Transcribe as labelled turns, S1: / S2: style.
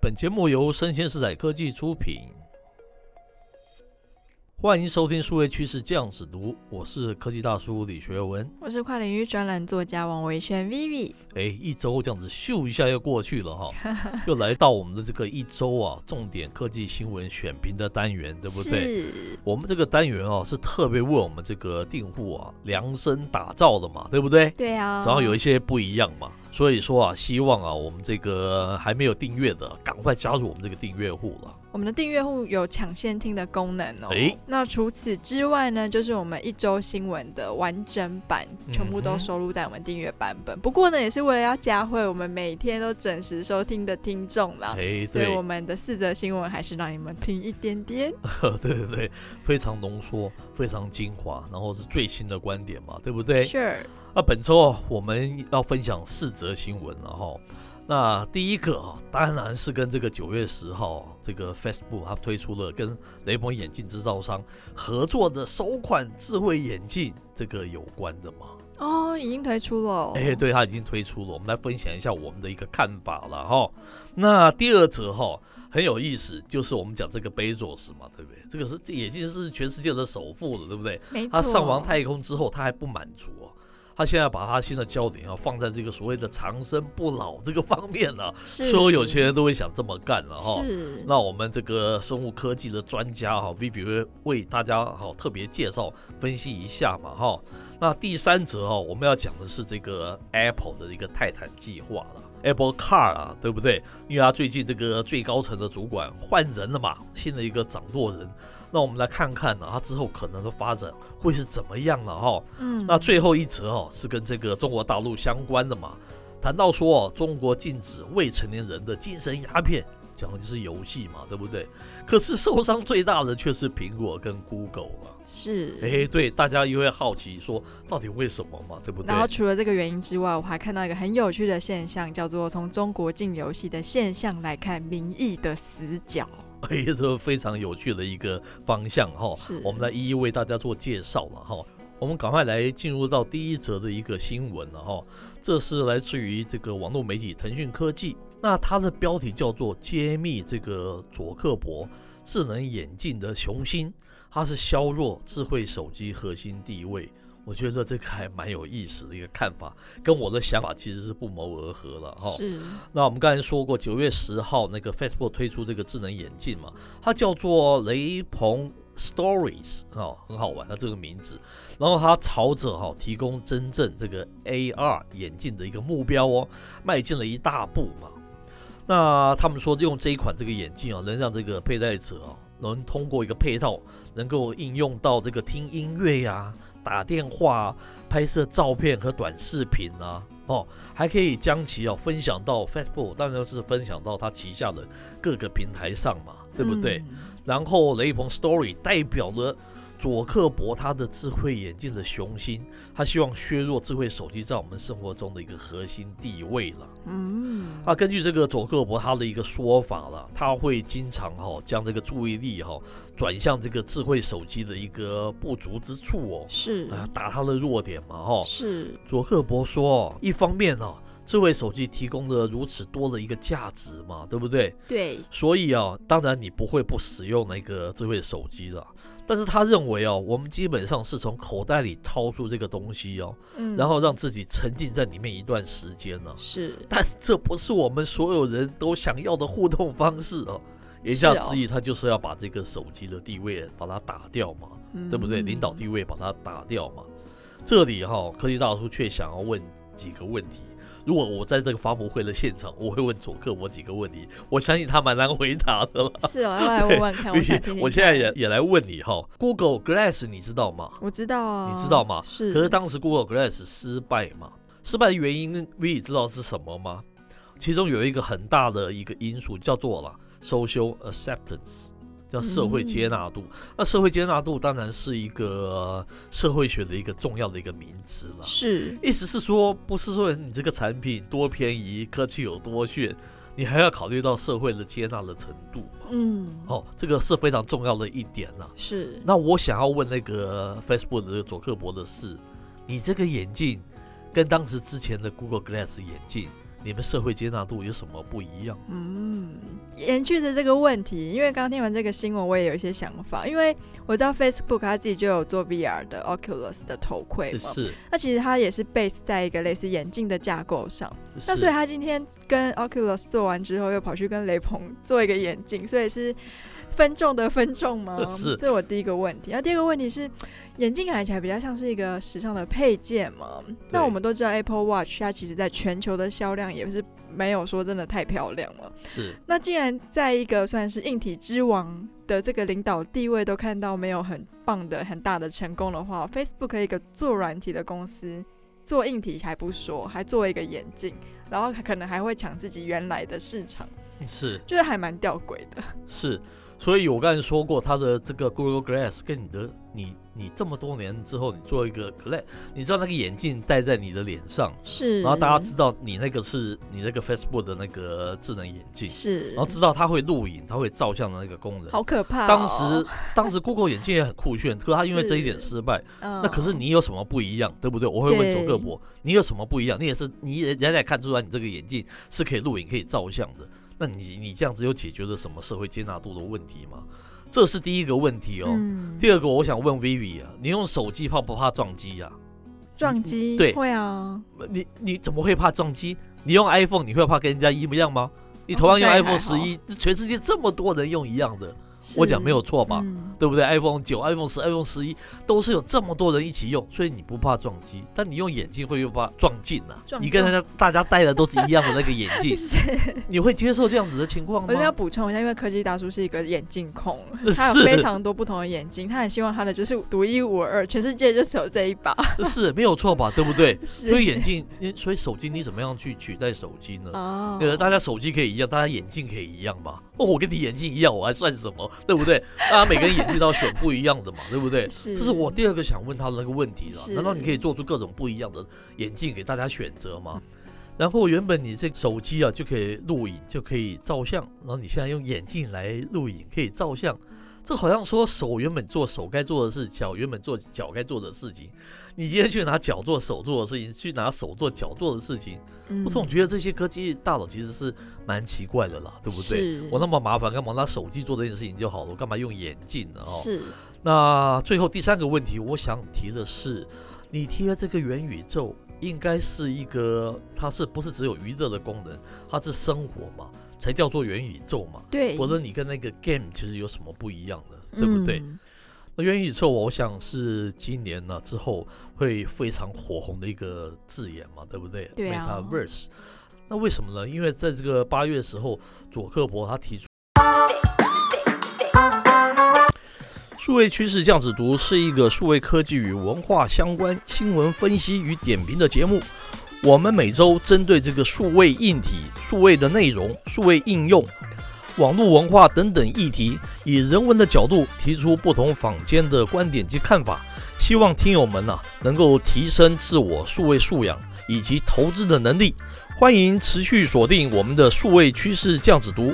S1: 本节目由生鲜食材科技出品，欢迎收听数位趋势酱子读，我是科技大叔李学文。
S2: 我是跨领域专栏作家王维轩 Vivi。
S1: 哎，一周这样子咻一下又过去了哈， 又来到我们的这个一周啊，重点科技新闻选评的单元，对不对？
S2: 是，
S1: 我们这个单元啊，是特别为我们这个订户啊量身打造的嘛，对不对？
S2: 对啊。
S1: 只要有一些不一样嘛。所以说啊，希望啊，我们这个还没有订阅的，赶快加入我们这个订阅户了。嗯
S2: 我们的订阅户有抢先听的功能哦。
S1: 诶
S2: 那除此之外呢，就是我们一周新闻的完整版，全部
S1: 嗯
S2: 都
S1: 哼
S2: 收录在我们订阅版本。不过呢，也是为了要加惠我们每天都准时收听的听众啦。
S1: 哎，
S2: 啊所以我
S1: 对，
S2: 们的四则新闻还是让你们听一点点。
S1: 对对对，非常浓缩，非常精华，然后是最新的观点嘛，对不对？
S2: Sure，
S1: 那本周啊，我们要分享四则新闻了哈。那第一个啊，当然是跟这个九月十号啊这个 Facebook 它推出了跟雷朋眼镜制造商合作的首款智慧眼镜这个有关的嘛。
S2: 哦，已经推出了哦。
S1: 哎、对，它已经推出了，我们来分享一下我们的一个看法了哈。那第二则哈很有意思，就是我们讲这个 Bezos 嘛，对不对？这个是这眼镜是全世界的首富了，对不对？
S2: 没错。
S1: 他上完太空之后，他还不满足哦，他现在把他新的焦点要放在这个所谓的长生不老这个方面了、
S2: 是
S1: 所有有钱人都会想这么干了哈。
S2: 是
S1: 那我们这个生物科技的专家哈，Vivi 会为大家哈特别介绍分析一下嘛哈。那第三则哈，我们要讲的是这个 Apple 的一个泰坦计划了。Apple Car 啊，对不对？因为他最近这个最高层的主管换人了嘛，新的一个掌舵人。那我们来看看呢、他之后可能的发展会是怎么样了哈、
S2: 嗯，
S1: 那最后一则哦，是跟这个中国大陆相关的嘛。谈到说哦，中国禁止未成年人的精神鸦片，讲的就是游戏嘛，对不对？可是受伤最大的却是苹果跟 Google 了。
S2: 是
S1: 哎，对，大家又会好奇说，到底为什么嘛，对不对
S2: 然？后除了这个原因之外，我还看到一个很有趣的现象，叫做从中国进游戏的现象来看，民意的死角。
S1: 哎，这是非常有趣的一个方向哈、
S2: 是
S1: 我们来一一为大家做介绍了哈、我们赶快来进入到第一则的一个新闻了哈、这是来自于这个网络媒体腾讯科技，那它的标题叫做“揭秘这个佐克伯智能眼镜的雄心”，它是削弱智慧手机核心地位。我觉得这个还蛮有意思的一个看法，跟我的想法其实是不谋而合了哈、
S2: 是
S1: 那我们刚才说过，九月十号那个 Facebook 推出这个智能眼镜嘛，它叫做雷朋 Stories 哦，很好玩它这个名字。然后它朝着哈、哦、提供真正这个 AR 眼镜的一个目标哦，迈进了一大步嘛。那他们说用这一款这个眼镜啊，能让这个佩戴者啊，能通过一个配套，能够应用到这个听音乐呀、打电话啊、拍摄照片和短视频啊，哦，还可以将其啊分享到 Facebook，当然是分享到它旗下的各个平台上嘛，对不对？？然后雷朋 Story 代表了佐克伯他的智慧眼镜的雄心，他希望削弱智慧手机在我们生活中的一个核心地位了。
S2: 嗯，
S1: 啊，根据这个佐克伯他的一个说法了，他会经常哈、将这个注意力哈、转向这个智慧手机的一个不足之处哦，
S2: 是
S1: 啊、打他的弱点嘛哈、
S2: 是
S1: 佐克伯说，一方面呢、智慧手机提供了如此多的一个价值嘛，对不对？
S2: 对，
S1: 所以啊，当然你不会不使用那个智慧手机了。但是他认为哦，我们基本上是从口袋里掏出这个东西哦，
S2: 嗯，
S1: 然后让自己沉浸在里面一段时间呢、
S2: 是
S1: 但这不是我们所有人都想要的互动方式哦。言下之意，他就是要把这个手机的地位把它打掉嘛。
S2: 嗯
S1: 对不对？领导地位把它打掉嘛。这里哈、科技大叔却想要问几个问题。如果我在这个发布会的现场，我会问佐克我几个问题，我相信他蛮难回答的了。
S2: 是哦，要来问问 看，我想听听 看。
S1: 我现在也也来问你哈、g o o g l e Glass 你知道吗？
S2: 我知道啊，
S1: 你知道吗
S2: 是，
S1: 可是当时 Google Glass 失败嘛，失败的原因，V 你知道是什么吗？其中有一个很大的一个因素叫做了 social acceptance，叫社会接纳度。那社会接纳度当然是一个呃社会学的一个重要的一个名词了。
S2: 是
S1: 意思是说，不是说你这个产品多便宜，科技有多炫，你还要考虑到社会的接纳的程度嘛。
S2: 嗯，
S1: 哦，这个是非常重要的一点啊呐、
S2: 是
S1: 那我想要问那个 Facebook 的佐克伯的是，你这个眼镜跟当时之前的 Google Glass 眼镜，你们社会接纳度有什么不一样？
S2: 嗯，延续着这个问题，因为刚听完这个新闻，我也有一些想法，因为我知道 Facebook 它自己就有做 VR 的 Oculus 的头盔嘛，
S1: 是，
S2: 那其实它也是 base 在一个类似眼镜的架构上。那
S1: 是？
S2: 所以他今天跟 Oculus 做完之后，又跑去跟雷鹏 做一个眼镜，所以是分众的分众吗
S1: 是
S2: 这是我第一个问题。那第二个问题是，眼镜看起来比较像是一个时尚的配件嘛？那我们都知道 Apple Watch 它其实在全球的销量也是没有说真的太漂亮嘛。
S1: 是
S2: 那既然在一个算是硬体之王的这个领导地位都看到没有很棒的很大的成功的话，Facebook 一个做软体的公司做硬体还不说，还做一个眼镜，然后可能还会抢自己原来的市场，
S1: 是
S2: 就是还蛮吊诡的。
S1: 是，所以我刚才说过，它的这个 Google Glass 跟你的你你这么多年之后，你做一个 Glass，你知道那个眼镜戴在你的脸上，
S2: 是
S1: 然后大家知道你那个是你那个 Facebook 的那个智能眼镜，
S2: 是
S1: 然后知道它会录影、它会照相的那个功能。
S2: 好可怕、哦
S1: 当时，当时 Google 眼镜也很酷炫，可是它因为这一点
S2: 是
S1: 失败。
S2: 嗯
S1: 那可是你有什么不一样，对不对？我会问
S2: 对
S1: 佐克伯，你有什么不一样？你也是，你也人家也看出来你这个眼镜是可以录影、可以照相的。那你你这样子有解决了什么社会接纳度的问题吗？这是第一个问题哦。
S2: 嗯，
S1: 第二个，我想问 Vivi 啊，你用手机怕不怕撞击啊？
S2: 撞击
S1: 对
S2: 会啊，
S1: 你你怎么会怕撞击？你用 iPhone 你会怕跟人家一模一样吗？你同样用
S2: 好像也
S1: iPhone
S2: 还
S1: 十一，全世界这么多人用一样的，
S2: 是
S1: 我讲没有错吧？
S2: 嗯
S1: 对不对？iPhone 九、iPhone 十、iPhone 十一都是有这么多人一起用，所以你不怕撞击，但你用眼镜会不怕撞进啊？
S2: 撞哦
S1: 你跟大家大家戴的都是一样的那个眼 镜，
S2: 是
S1: 你会接受这样子的情况
S2: 我就要
S1: 吗？
S2: 补充一下，因为科技大叔是一个眼镜控，
S1: 是
S2: 他有非常多不同的眼镜，他很希望他的就是独一无二，全世界就只有这一 把。
S1: 是没有错吧？对不对？
S2: 是
S1: 所以眼镜，你所以手机你怎么样去取代手机呢？
S2: 哦，
S1: 对，大家手机可以一样，大家眼镜可以一样吧？哦，我跟你眼镜一样，我还算什么？对不对？大家每个人眼镜都要选不一样的嘛，对不对？
S2: 是
S1: 这是我第二个想问他的那个问题了。
S2: 是
S1: 难道你可以做出各种不一样的眼镜给大家选择吗？
S2: 嗯
S1: 然后原本你这手机啊就可以录影，就可以照相，然后你现在用眼镜来录影，可以照相。这好像说手原本做手该做的事，脚原本做脚该做的事情。你今天去拿脚做手做的事情，去拿手做脚做的事情，
S2: 嗯
S1: 我总觉得这些科技大佬其实是蛮奇怪的啦，对不对？
S2: 是
S1: 我那么麻烦，干嘛拿手机做这件事情就好了？我干嘛用眼镜呢？哦，
S2: 是
S1: 那最后第三个问题，我想提的是，你贴这个元宇宙应该是一个，它是不是只有娱乐的功能？它是生活嘛，才叫做元宇宙嘛。
S2: 对，
S1: 否则你跟那个 game 其实有什么不一样呢？对不对？
S2: 嗯
S1: 那元宇宙，我想是今年呢、之后会非常火红的一个字眼嘛，对不对
S2: 对啊
S1: m e t a v e r s e 那为什么呢？因为在这个八月的时候，佐克伯他提出。数位趋势降子读是一个数位科技与文化相关新闻分析与点评的节目。我们每周针对这个数位硬体、数位的内容、数位应用、网络文化等等议题，以人文的角度提出不同坊间的观点及看法，希望听友们呐、能够提升自我数位素养以及投资的能力。欢迎持续锁定我们的数位趋势降子读。